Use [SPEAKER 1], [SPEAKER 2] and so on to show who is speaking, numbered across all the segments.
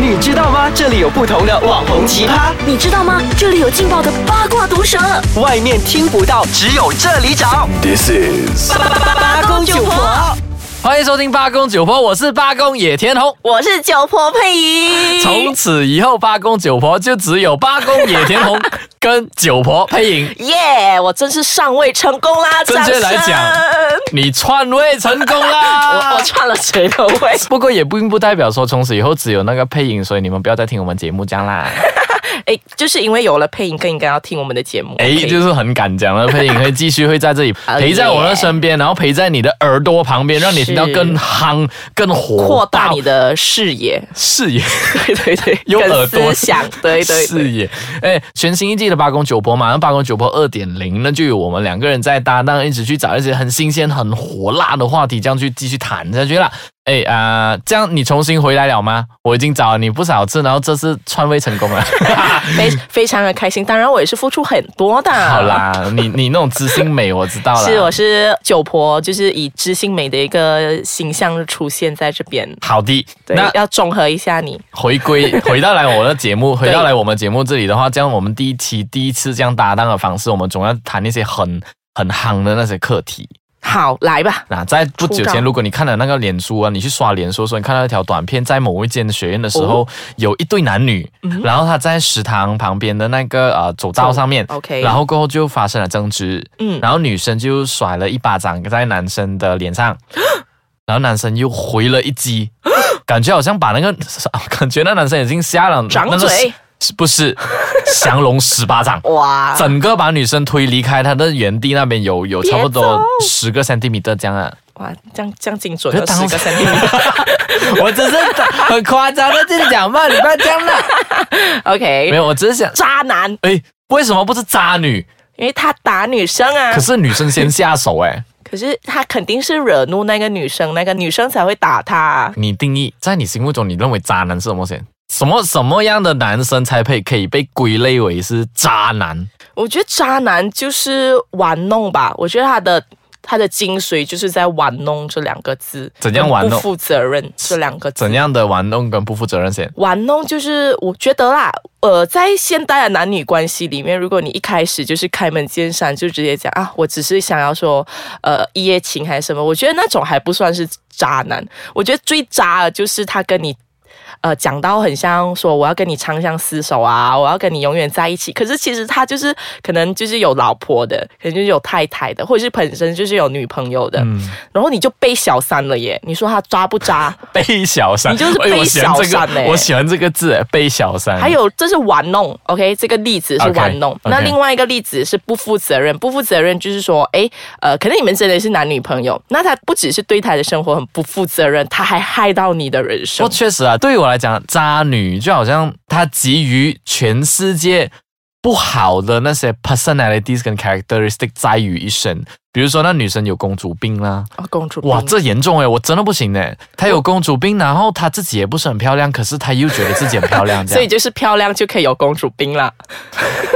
[SPEAKER 1] 你知道吗？这里有不同的网红奇葩，
[SPEAKER 2] 你知道吗？这里有劲爆的八卦毒舌，
[SPEAKER 1] 外面听不到，只有这里找。
[SPEAKER 3] This is
[SPEAKER 1] 八八八公九婆，
[SPEAKER 4] 欢迎收听八公九婆，我是八公野田红。
[SPEAKER 2] 我是九婆佩仪。
[SPEAKER 4] 从此以后，八公九婆就只有八公野田 红跟九婆配影。
[SPEAKER 2] 耶我真是上位成功啦！
[SPEAKER 4] 正确来
[SPEAKER 2] 掌声
[SPEAKER 4] 讲你篡位成功
[SPEAKER 2] 我
[SPEAKER 4] 啦
[SPEAKER 2] 我！串了谁的位？
[SPEAKER 4] 不过也并不代表说从此以后只有那个配音，所以你们不要再听我们节目这样 啦。
[SPEAKER 2] 哎，就是因为有了配音，更应该要听我们的节目。
[SPEAKER 4] 哎，
[SPEAKER 2] OK
[SPEAKER 4] 就是很敢讲了， 配音会继续会在这里
[SPEAKER 2] Oh
[SPEAKER 4] 陪在我的身边，然后陪在你的耳朵旁边，让你听到
[SPEAKER 2] 是
[SPEAKER 4] 更夯、更火
[SPEAKER 2] 扩大
[SPEAKER 4] 爆
[SPEAKER 2] 你的视野，
[SPEAKER 4] 视野。
[SPEAKER 2] 对对对，
[SPEAKER 4] 有
[SPEAKER 2] 跟
[SPEAKER 4] 耳朵
[SPEAKER 2] 思想，对对
[SPEAKER 4] 视
[SPEAKER 2] 对，
[SPEAKER 4] 野。哎，全新一季的八公九婆嘛，那八公九婆二点零，那就有我们两个人在搭档，一直去找一些很新鲜、很火辣的话题，这样去继续谈下去啦。哎啊、呃这样你重新回来了吗？我已经找了你不少次，然后这次篡位成功了。
[SPEAKER 2] 非非常的开心。当然，我也是付出很多的。
[SPEAKER 4] 好。啦，你你那种知性美我知道了。
[SPEAKER 2] 是，我是九婆，就是以知性美的一个形象出现在这边。
[SPEAKER 4] 好的，
[SPEAKER 2] 对
[SPEAKER 4] 那，
[SPEAKER 2] 要综合一下你。
[SPEAKER 4] 回归回到来我的节 目，回到来我们节目这里的话，这样我们第一期第一次这样搭档的方式，我们总要谈一些很很夯的那些课题。
[SPEAKER 2] 好，来吧。
[SPEAKER 4] 那在不久
[SPEAKER 2] 出道
[SPEAKER 4] 前，如果你看了那个脸书啊，你去刷脸书的时候，你看到一条短片，在某一间学院的时候，
[SPEAKER 2] 哦
[SPEAKER 4] 有一对男女，
[SPEAKER 2] 嗯
[SPEAKER 4] 然后他在食堂旁边的那个呃走道上面
[SPEAKER 2] 走，OK
[SPEAKER 4] 然后过后就发生了争执，
[SPEAKER 2] 嗯
[SPEAKER 4] 然后女生就甩了一巴掌在男生的脸 上，然后男生又回了一击，感觉好像把那个， 感觉那男生已经瞎了，
[SPEAKER 2] 掌
[SPEAKER 4] 那个
[SPEAKER 2] 嘴
[SPEAKER 4] 是不是降龙十八掌？
[SPEAKER 2] 哇
[SPEAKER 4] 整个把女生推离开她的原地那边有有差不
[SPEAKER 2] 别
[SPEAKER 4] 多
[SPEAKER 2] 走
[SPEAKER 4] 十个 centimeter 这样啊，
[SPEAKER 2] 哇，这样这样精准
[SPEAKER 4] 可
[SPEAKER 2] 的
[SPEAKER 4] 是
[SPEAKER 2] 十
[SPEAKER 4] 当
[SPEAKER 2] 个 centimeter。
[SPEAKER 4] 我只是很夸张的跟你讲嘛，你不要这样 啦。没
[SPEAKER 2] OK，
[SPEAKER 4] 有，我只是想，
[SPEAKER 2] 渣男，
[SPEAKER 4] 哎，为什么不是渣女？
[SPEAKER 2] 因为他打女生啊，
[SPEAKER 4] 可是女生先下手哎、
[SPEAKER 2] 可是他肯定是惹怒那个女生，那个女生才会打他啊。
[SPEAKER 4] 你定义在你心目中，你认为渣男是什么先？什么什么样的男生才配可以被归类为是渣男？
[SPEAKER 2] 我觉得渣男就是玩弄吧，我觉得他的。他的精髓就是在“玩弄”这两个字，
[SPEAKER 4] 怎样玩弄
[SPEAKER 2] 跟不负责任这两个字，
[SPEAKER 4] 怎样的玩弄跟不负责任先？
[SPEAKER 2] 玩弄就是我觉得啦，呃，在现代的男女关系里面，如果你一开始就是开门见山就直接讲啊，我只是想要说，呃，一夜情还是什么，我觉得那种还不算是渣男。我觉得最渣的就是他跟你。呃，讲到很像说我要跟你长相厮守啊，我要跟你永远在一起。可是其实他就是可能就是有老婆的，可能就是有太太的，或者是本身就是有女朋友的，然后你就被小三了耶。你说他渣不渣？
[SPEAKER 4] 背小三，
[SPEAKER 2] 你就是
[SPEAKER 4] 哎我喜欢
[SPEAKER 2] 背小三
[SPEAKER 4] 这个
[SPEAKER 2] 欸
[SPEAKER 4] 我喜欢这个字，背小三。
[SPEAKER 2] 还有这是玩弄，OK，这个例子是
[SPEAKER 4] 嗯 OK，
[SPEAKER 2] 玩弄。那
[SPEAKER 4] OK
[SPEAKER 2] 另外一个例子是不负责任，不负责任就是说，诶，呃，可能你们真的是男女朋友，那他不只是对他的生活很不负责任，他还害到你的人
[SPEAKER 4] 不
[SPEAKER 2] 生
[SPEAKER 4] 过。确实啊，对于我来讲，渣女就好像她集于全世界不好的那些 personalities 跟 characteristic 在于一身。比如说，那女生有公主病啦，
[SPEAKER 2] 哦，公主病
[SPEAKER 4] 哇，这严重诶，欸我真的不行诶。她有公主病，然后她自己也不是很漂亮，可是她又觉得自己很漂 亮，这
[SPEAKER 2] 所以
[SPEAKER 4] 样。
[SPEAKER 2] 就是漂亮就可以有公主病啦。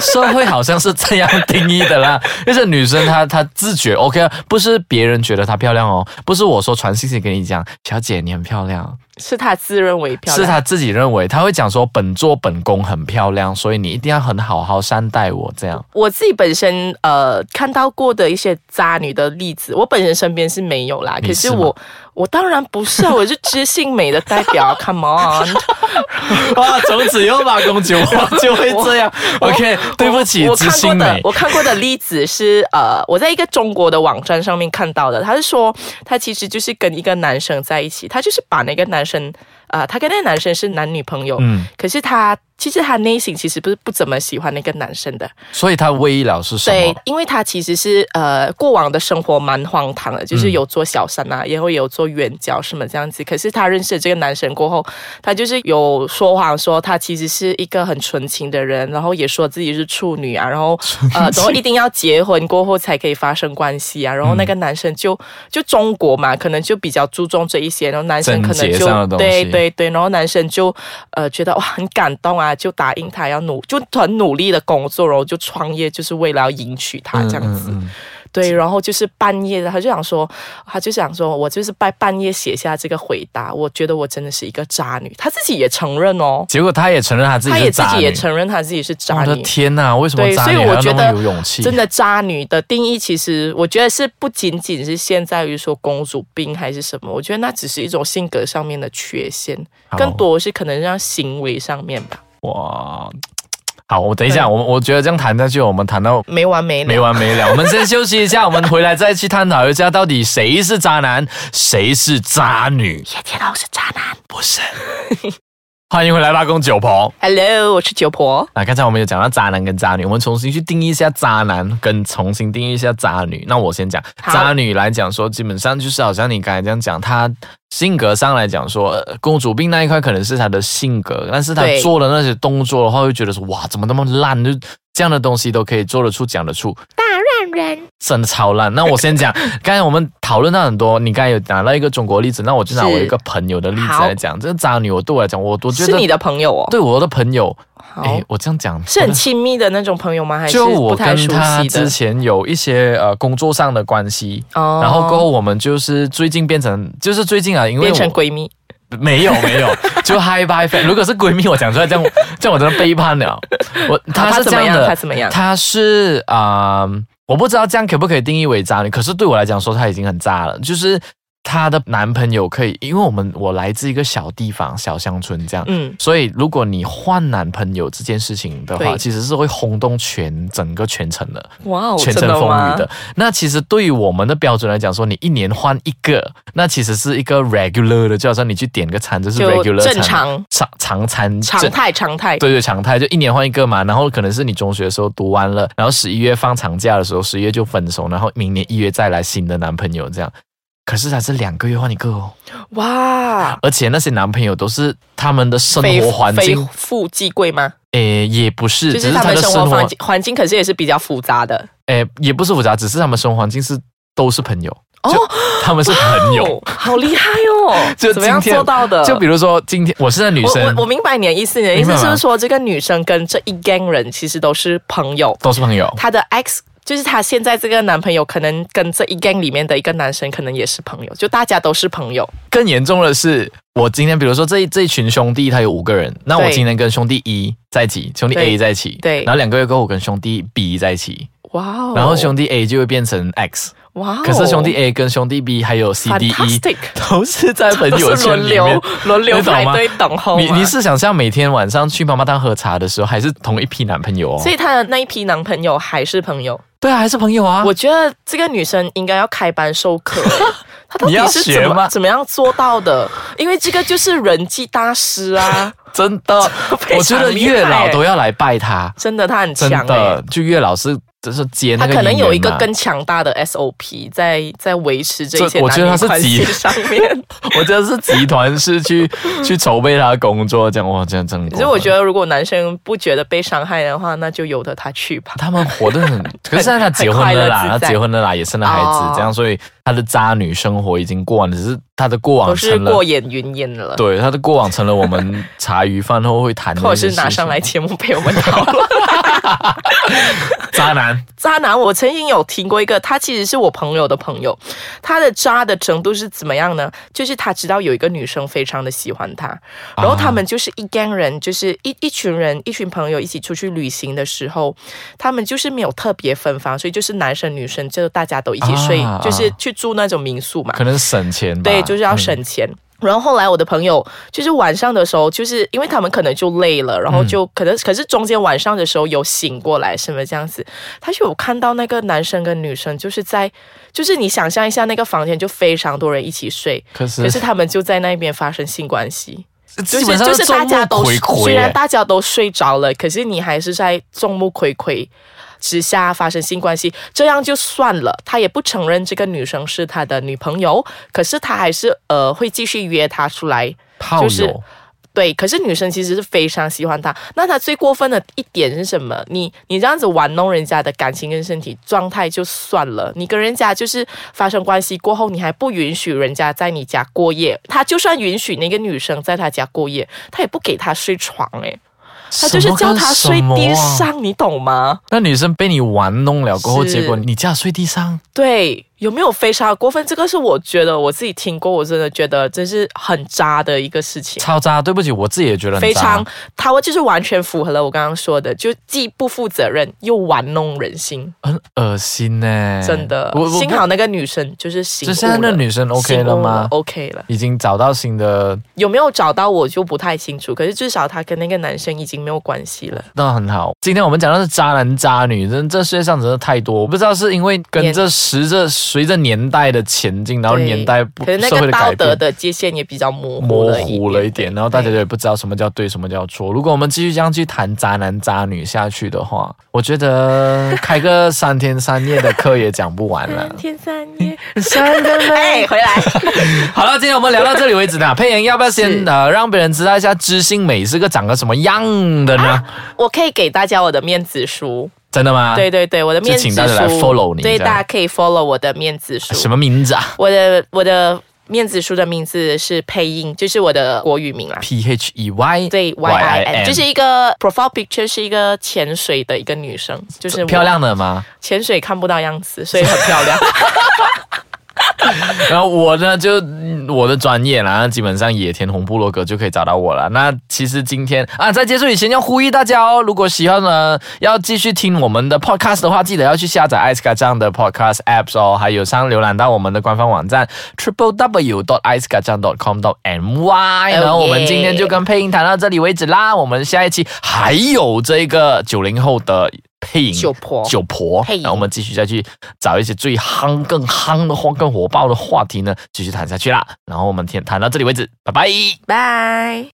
[SPEAKER 4] 社会好像是这样定义的啦，就是女生她她自觉 OK，不啊是别人觉得她漂亮哦，不是我说传信息给你讲，小姐你很漂亮，
[SPEAKER 2] 是他自认为漂亮，
[SPEAKER 4] 是他自己认为，他会讲说本座本宫很漂亮，所以你一定要很好好善待我这样。
[SPEAKER 2] 我自己本身呃看到过的一些渣女的例子，我本人身边是没有啦。
[SPEAKER 4] 你
[SPEAKER 2] 可是
[SPEAKER 4] 是吗
[SPEAKER 2] 我我当然不是啊，我是知性美的代 表，Come on。
[SPEAKER 4] 哇，从此又把公主话就会这 样。OK，对不起
[SPEAKER 2] 我，
[SPEAKER 4] 知
[SPEAKER 2] 看过
[SPEAKER 4] 心
[SPEAKER 2] 的
[SPEAKER 4] 美，
[SPEAKER 2] 我看过的例子是，呃，我在一个中国的网站上面看到的，他是说他其实就是跟一个男生在一起，他就是把那个男生，呃，他跟那个男生是男女朋友，
[SPEAKER 4] 嗯
[SPEAKER 2] 可是他其实他内心其实不是不怎么喜欢那个男生的，
[SPEAKER 4] 所以他微了是什
[SPEAKER 2] 对
[SPEAKER 4] 么？，
[SPEAKER 2] 因为他其实是呃过往的生活蛮荒唐的，
[SPEAKER 4] 嗯
[SPEAKER 2] 就是有做小三啊，也会有做援交什么这样子。可是他认识了这个男生过后，他就是有说谎，说他其实是一个很纯情的人，然后也说自己是处女啊，然后 呃，然后一定要结婚过后才可以发生关系啊。然后那个男生就、就中国嘛，可能就比较注重这一些，然后男生可
[SPEAKER 4] 贞
[SPEAKER 2] 能
[SPEAKER 4] 洁
[SPEAKER 2] 就
[SPEAKER 4] 上的东
[SPEAKER 2] 对
[SPEAKER 4] 西
[SPEAKER 2] 对对，然后男生就呃觉得哇很感动啊，就答应
[SPEAKER 4] 嗯
[SPEAKER 2] 他要努就很努力的工作，然后就创业，就是为了要迎娶她这样子。对，然后就是半夜的，他就想说，他就想说我就是半半夜写下这个回答，我觉得我真的是一个渣女，他自己也承认哦，
[SPEAKER 4] 结果他也承认他自己
[SPEAKER 2] 他
[SPEAKER 4] 是
[SPEAKER 2] 也自
[SPEAKER 4] 渣女。哦
[SPEAKER 2] 己也承认他自己是渣
[SPEAKER 4] 我的
[SPEAKER 2] 女。
[SPEAKER 4] 天呐，为什么
[SPEAKER 2] 对，
[SPEAKER 4] 渣
[SPEAKER 2] 所
[SPEAKER 4] 女
[SPEAKER 2] 以
[SPEAKER 4] 还
[SPEAKER 2] 我
[SPEAKER 4] 要
[SPEAKER 2] 觉
[SPEAKER 4] 那
[SPEAKER 2] 得
[SPEAKER 4] 么有勇气？
[SPEAKER 2] 真的渣女的定义，其实我觉得是不仅仅是现在于说公主病还是什么，我觉得那只是一种性格上面的缺陷，
[SPEAKER 4] 好
[SPEAKER 2] 更多是可能让行为上面吧，
[SPEAKER 4] 哇！好，我等一下，我们我觉得这样谈下去，我们谈到
[SPEAKER 2] 没完没了。
[SPEAKER 4] 没完 没了。我们先休息一下，我们回来再去探讨一下，到底谁是渣男，谁是渣女？
[SPEAKER 2] 叶天龙是渣男。
[SPEAKER 4] 不是。欢迎回来，八公九婆。
[SPEAKER 2] Hello，我是九婆。
[SPEAKER 4] 那刚才我们有讲到渣男跟渣女，我们重新去定义一下渣男，跟重新定义一下渣女。那我先讲
[SPEAKER 2] 好
[SPEAKER 4] 渣女来讲说，基本上就是好像你刚才这样讲，她性格上来讲说，呃公主病那一块可能是她的性格，但是她
[SPEAKER 2] 对
[SPEAKER 4] 做的那些动作的话，会觉得说哇，怎么那么烂，就这样的东西都可以做得出、讲得出，大烂人，真的超烂。那我先讲，刚才我们讨论到很多，你刚才有拿到一个中国例子，那我就拿我
[SPEAKER 2] 是
[SPEAKER 4] 一个朋友的例子
[SPEAKER 2] 好
[SPEAKER 4] 来讲，这个渣女，我对我来讲，我我觉
[SPEAKER 2] 是
[SPEAKER 4] 得
[SPEAKER 2] 你的朋友哦，
[SPEAKER 4] 对我的朋友。
[SPEAKER 2] 好，
[SPEAKER 4] 哎，我这样讲
[SPEAKER 2] 哦是很亲密的那种朋友吗？还是
[SPEAKER 4] 就我
[SPEAKER 2] 不太
[SPEAKER 4] 跟
[SPEAKER 2] 熟
[SPEAKER 4] 他
[SPEAKER 2] 悉
[SPEAKER 4] 之
[SPEAKER 2] 的？
[SPEAKER 4] 前有一些呃工作上的关系。
[SPEAKER 2] 哦
[SPEAKER 4] 然后过后，我们就是最近变成，就是最近啊，因为
[SPEAKER 2] 变成
[SPEAKER 4] 我
[SPEAKER 2] 闺蜜，
[SPEAKER 4] 没有没有， 就 high bye friend。如果是闺蜜，我讲出来这样，这样我真的背叛了。我
[SPEAKER 2] 啊
[SPEAKER 4] 他
[SPEAKER 2] 他
[SPEAKER 4] 是
[SPEAKER 2] 怎
[SPEAKER 4] 这
[SPEAKER 2] 么
[SPEAKER 4] 样
[SPEAKER 2] 样？
[SPEAKER 4] 的
[SPEAKER 2] 他，怎么样？
[SPEAKER 4] 他是啊、呃我不知道这样可不可以定义为渣女，可是对我来讲说，她已经很渣了，就是。她的男朋友可以，因为我们我来自一个小地方、小乡村这样，
[SPEAKER 2] 嗯，
[SPEAKER 4] 所以，如果你换男朋友这件事情的话，
[SPEAKER 2] 对
[SPEAKER 4] 其实是会轰动全整个全城的，
[SPEAKER 2] 哇哦，
[SPEAKER 4] 全
[SPEAKER 2] 真
[SPEAKER 4] 城
[SPEAKER 2] 的
[SPEAKER 4] 风
[SPEAKER 2] 吗
[SPEAKER 4] 雨的。那其实对于我们的标准来讲，说你一年换一个，那其实是一个 regular 的，就好像你去点个餐，就是
[SPEAKER 2] 就
[SPEAKER 4] regular 餐
[SPEAKER 2] 正常
[SPEAKER 4] 常常餐
[SPEAKER 2] 常
[SPEAKER 4] 正
[SPEAKER 2] 态常态。
[SPEAKER 4] 对对，常态就一年换一个嘛，然后可能是你中学的时候读完了，然后十一月放长假的时候，十一月就分手，然后明年一月再来新的男朋友这样。可是他是两个月换一个哦，
[SPEAKER 2] 哇，
[SPEAKER 4] 而且那些男朋友都是他们的生
[SPEAKER 2] 非
[SPEAKER 4] 活环
[SPEAKER 2] 非
[SPEAKER 4] 境
[SPEAKER 2] 富即贵吗？
[SPEAKER 4] 诶，也不是，
[SPEAKER 2] 就
[SPEAKER 4] 只
[SPEAKER 2] 是
[SPEAKER 4] 是
[SPEAKER 2] 他
[SPEAKER 4] 他
[SPEAKER 2] 们
[SPEAKER 4] 的
[SPEAKER 2] 生
[SPEAKER 4] 生
[SPEAKER 2] 活
[SPEAKER 4] 活
[SPEAKER 2] 环，境环境，可是也是比较复杂的。
[SPEAKER 4] 诶，也不是复杂，只是他们生活环境是都是朋友，
[SPEAKER 2] 哦
[SPEAKER 4] 就他们是朋友
[SPEAKER 2] 哦。，好厉害哦！
[SPEAKER 4] 就
[SPEAKER 2] 怎么样
[SPEAKER 4] 今天
[SPEAKER 2] 做到的？
[SPEAKER 4] 就比如说今天我是个女
[SPEAKER 2] 哦我
[SPEAKER 4] 生
[SPEAKER 2] 我我，明白你的意思，你的意
[SPEAKER 4] 明白
[SPEAKER 2] 思
[SPEAKER 4] 吗
[SPEAKER 2] 是不是说这个女生跟这一 gang 人其实都是朋友，
[SPEAKER 4] 都是朋友，
[SPEAKER 2] 她的 ex 就是她现在这个男朋友，可能跟这一 gang 里面的一个男生可能也是朋友，就大家都是朋友。
[SPEAKER 4] 更严重的是，我今天比如说这一这一群兄弟，他有五个人，那我
[SPEAKER 2] 对
[SPEAKER 4] 今天跟兄弟一在一起，兄弟
[SPEAKER 2] 对
[SPEAKER 4] A 在一起，
[SPEAKER 2] 对
[SPEAKER 4] 然后两个月过后我跟兄弟 B 在一起，
[SPEAKER 2] 哇哦！
[SPEAKER 4] 然后兄弟 A 就会变成 X，
[SPEAKER 2] 哇哦，
[SPEAKER 4] 可是兄弟 A 跟兄弟 B 还有 C D E
[SPEAKER 2] fantastic，
[SPEAKER 4] 都是在朋友
[SPEAKER 2] 都是
[SPEAKER 4] 圈
[SPEAKER 2] 轮
[SPEAKER 4] 里面
[SPEAKER 2] 流。轮流
[SPEAKER 4] 你懂
[SPEAKER 2] 排
[SPEAKER 4] 吗
[SPEAKER 2] 队等候
[SPEAKER 4] 你
[SPEAKER 2] 吗
[SPEAKER 4] 你是想象每天晚上去妈妈档喝茶的时候，还是同一批男朋友哦？
[SPEAKER 2] 所以她的那一批男朋友还是朋友。
[SPEAKER 4] 对啊，还是朋友啊。
[SPEAKER 2] 我觉得这个女生应该要开班授 课。她到
[SPEAKER 4] 你要
[SPEAKER 2] 底是
[SPEAKER 4] 学
[SPEAKER 2] 怎
[SPEAKER 4] 吗
[SPEAKER 2] 么怎么样做到的？因为这个就是人际大师 啊，
[SPEAKER 4] 真的， 哦
[SPEAKER 2] 非常
[SPEAKER 4] 我觉得
[SPEAKER 2] 厉害
[SPEAKER 4] 月老都要来拜他，
[SPEAKER 2] 哎真的，她很
[SPEAKER 4] 真
[SPEAKER 2] 强、
[SPEAKER 4] 的
[SPEAKER 2] 欸。，
[SPEAKER 4] 就月老是就是接那
[SPEAKER 2] 她
[SPEAKER 4] 个
[SPEAKER 2] 可能有一个
[SPEAKER 4] 姻缘啊
[SPEAKER 2] 更强大的 SOP 在在维持这
[SPEAKER 4] 这
[SPEAKER 2] 些
[SPEAKER 4] 我觉得她
[SPEAKER 2] 男女
[SPEAKER 4] 是
[SPEAKER 2] 关
[SPEAKER 4] 急
[SPEAKER 2] 系上 面。
[SPEAKER 4] 嘛， 我觉得是集团是去去筹备他的工作，这样哇，这样真的。
[SPEAKER 2] 可是我觉
[SPEAKER 4] 得
[SPEAKER 2] 得，如果男生不觉得被伤害的话，那就由得他去吧。
[SPEAKER 4] 他们活得 很，可是现在他结婚了啦，
[SPEAKER 2] 很快乐
[SPEAKER 4] 他
[SPEAKER 2] 自在
[SPEAKER 4] 结婚了啦，也生了孩
[SPEAKER 2] 哦
[SPEAKER 4] 子，这样，所以他的渣女生活已经过完了，只是他的过
[SPEAKER 2] 都
[SPEAKER 4] 往
[SPEAKER 2] 是
[SPEAKER 4] 成了
[SPEAKER 2] 过。眼云烟了。
[SPEAKER 4] 对他的过往成了我们茶余饭后会谈的
[SPEAKER 2] 或
[SPEAKER 4] 一
[SPEAKER 2] 者
[SPEAKER 4] 些事情，
[SPEAKER 2] 是拿上来节目陪我们讨论。
[SPEAKER 4] 渣 男，
[SPEAKER 2] 渣男，我曾经有听过一个，他其实是我朋友的朋友，他的渣的程度是怎么样呢？就是他知道有一个女生非常的喜欢他，然后他们就是一 gang 人，就是一一群人，一群朋友一起出去旅行的时候，他们就是没有特别分房，所以就是男生女生就大家都一起睡，
[SPEAKER 4] 啊
[SPEAKER 2] 就是去住那种民宿嘛。
[SPEAKER 4] 可能省钱吧，
[SPEAKER 2] 对，就是要
[SPEAKER 4] 嗯
[SPEAKER 2] 省钱。然后后来我的朋友就是晚上的时候，就是因为他们可能就累了，
[SPEAKER 4] 嗯
[SPEAKER 2] 然后就可能、可是中间晚上的时候有醒过来什么这样子，他就有看到那个男生跟女生就是在，就是你想象一下那个房间就非常多人一起睡，
[SPEAKER 4] 可是
[SPEAKER 2] 可是他们就在那边发生性关系，就
[SPEAKER 4] 基
[SPEAKER 2] 是
[SPEAKER 4] 本上
[SPEAKER 2] 就是
[SPEAKER 4] 众
[SPEAKER 2] 大
[SPEAKER 4] 目
[SPEAKER 2] 家都
[SPEAKER 4] 睽睽
[SPEAKER 2] 虽然
[SPEAKER 4] 耶
[SPEAKER 2] 大家都睡着了，可是你还是在众目睽睽之下发生性关系，这样就算了。他也不承认这个女生是他的女朋友，可是他还是呃会继续约她出来。
[SPEAKER 4] 炮
[SPEAKER 2] 就是
[SPEAKER 4] 友。
[SPEAKER 2] 对，可是女生其实是非常喜欢他。那他最过分的一点是什么？你你这样子玩弄人家的感情跟身体状态就算了，你跟人家就是发生关系过后，你还不允许人家在你家过夜。他就算允许那个女生在他家过夜，他也不给她睡床诶、他就是叫他睡地
[SPEAKER 4] 什么跟什
[SPEAKER 2] 上，你懂吗？
[SPEAKER 4] 那女生被你玩弄了过后，
[SPEAKER 2] 是
[SPEAKER 4] 结果你叫她睡地上，
[SPEAKER 2] 对，有没有非常过分？这个是我觉得我自己听过，我真的觉得真是很渣的一个事情。
[SPEAKER 4] 超渣！对不起，我自己也觉得很渣
[SPEAKER 2] 非常，他就是完全符合了我刚刚说的，就既不负责任又玩弄人心，
[SPEAKER 4] 很恶心呢、
[SPEAKER 2] 真的。
[SPEAKER 4] 哎我我
[SPEAKER 2] 幸好那个女生就是醒
[SPEAKER 4] 就
[SPEAKER 2] 悟了，
[SPEAKER 4] 现在那女生 OK 了吗
[SPEAKER 2] 醒悟？OK 了，
[SPEAKER 4] 已经找到新的，
[SPEAKER 2] 有没有找到我就不太清楚，可是至少她跟那个男生已经没有关系了。
[SPEAKER 4] 那很好。今天我们讲的是渣男渣女，真这世界上真的太多，我不知道是因为跟着时着随着年代的前进，然后
[SPEAKER 2] 对
[SPEAKER 4] 年代不
[SPEAKER 2] 可是那
[SPEAKER 4] 社会
[SPEAKER 2] 个
[SPEAKER 4] 的
[SPEAKER 2] 道
[SPEAKER 4] 改
[SPEAKER 2] 德
[SPEAKER 4] 变。
[SPEAKER 2] 的界限也比较模糊
[SPEAKER 4] 模
[SPEAKER 2] 了一
[SPEAKER 4] 糊了一点，然后啊大家也不知道什么叫对，什么叫错。如果我们继续这样去谈渣男渣女下去的话，我觉得开个三天三夜的课也讲不完了
[SPEAKER 2] 三。天三夜，三个 哎，回来，
[SPEAKER 4] 好了，今天我们聊到这里为止呢。佩妍要不要先
[SPEAKER 2] 是
[SPEAKER 4] 呃让别人知道一下知性美是个长个什么样的呢？
[SPEAKER 2] 我可以给大家我的面子书，
[SPEAKER 4] 真的吗？
[SPEAKER 2] 对对对，我的
[SPEAKER 4] 啊就
[SPEAKER 2] 面子
[SPEAKER 4] 请
[SPEAKER 2] 书
[SPEAKER 4] 大家来 follow 你
[SPEAKER 2] 对，
[SPEAKER 4] 这样
[SPEAKER 2] 大家可以 follow 我的面子书，
[SPEAKER 4] 什么名字啊
[SPEAKER 2] 我的我的面子书的名字是配音，就是我的国语名啦。
[SPEAKER 4] ？P H E Y
[SPEAKER 2] 对，Y I N 就是一个 profile picture，是一个潜水的一个女生，就是我
[SPEAKER 4] 漂，亮的吗？
[SPEAKER 2] 潜水看不到样子，所 以很漂亮。
[SPEAKER 4] 然后我呢，就嗯我的专业啦，基本上野田红部落格就可以找到我了。那其实今天啊，在结束以前要呼吁大家哦，如果喜欢呢，要继续听我们的 podcast 的话，记得要去下载艾斯卡这样的 podcast apps 哦，还有上浏览到我们的官方网站 triple w dot i c e k a j a n dot com dot my。然后
[SPEAKER 2] Oh，
[SPEAKER 4] 我们今天就跟配音谈到这里为止啦，我们下一期还有这个九零后的。配音
[SPEAKER 2] 九婆
[SPEAKER 4] 九婆，
[SPEAKER 2] 配音
[SPEAKER 4] 然后我们继续再去找一些最夯、更夯的话、更火爆的话题呢，继续谈下去啦。然后我们先谈到这里为止，拜拜。
[SPEAKER 2] 拜。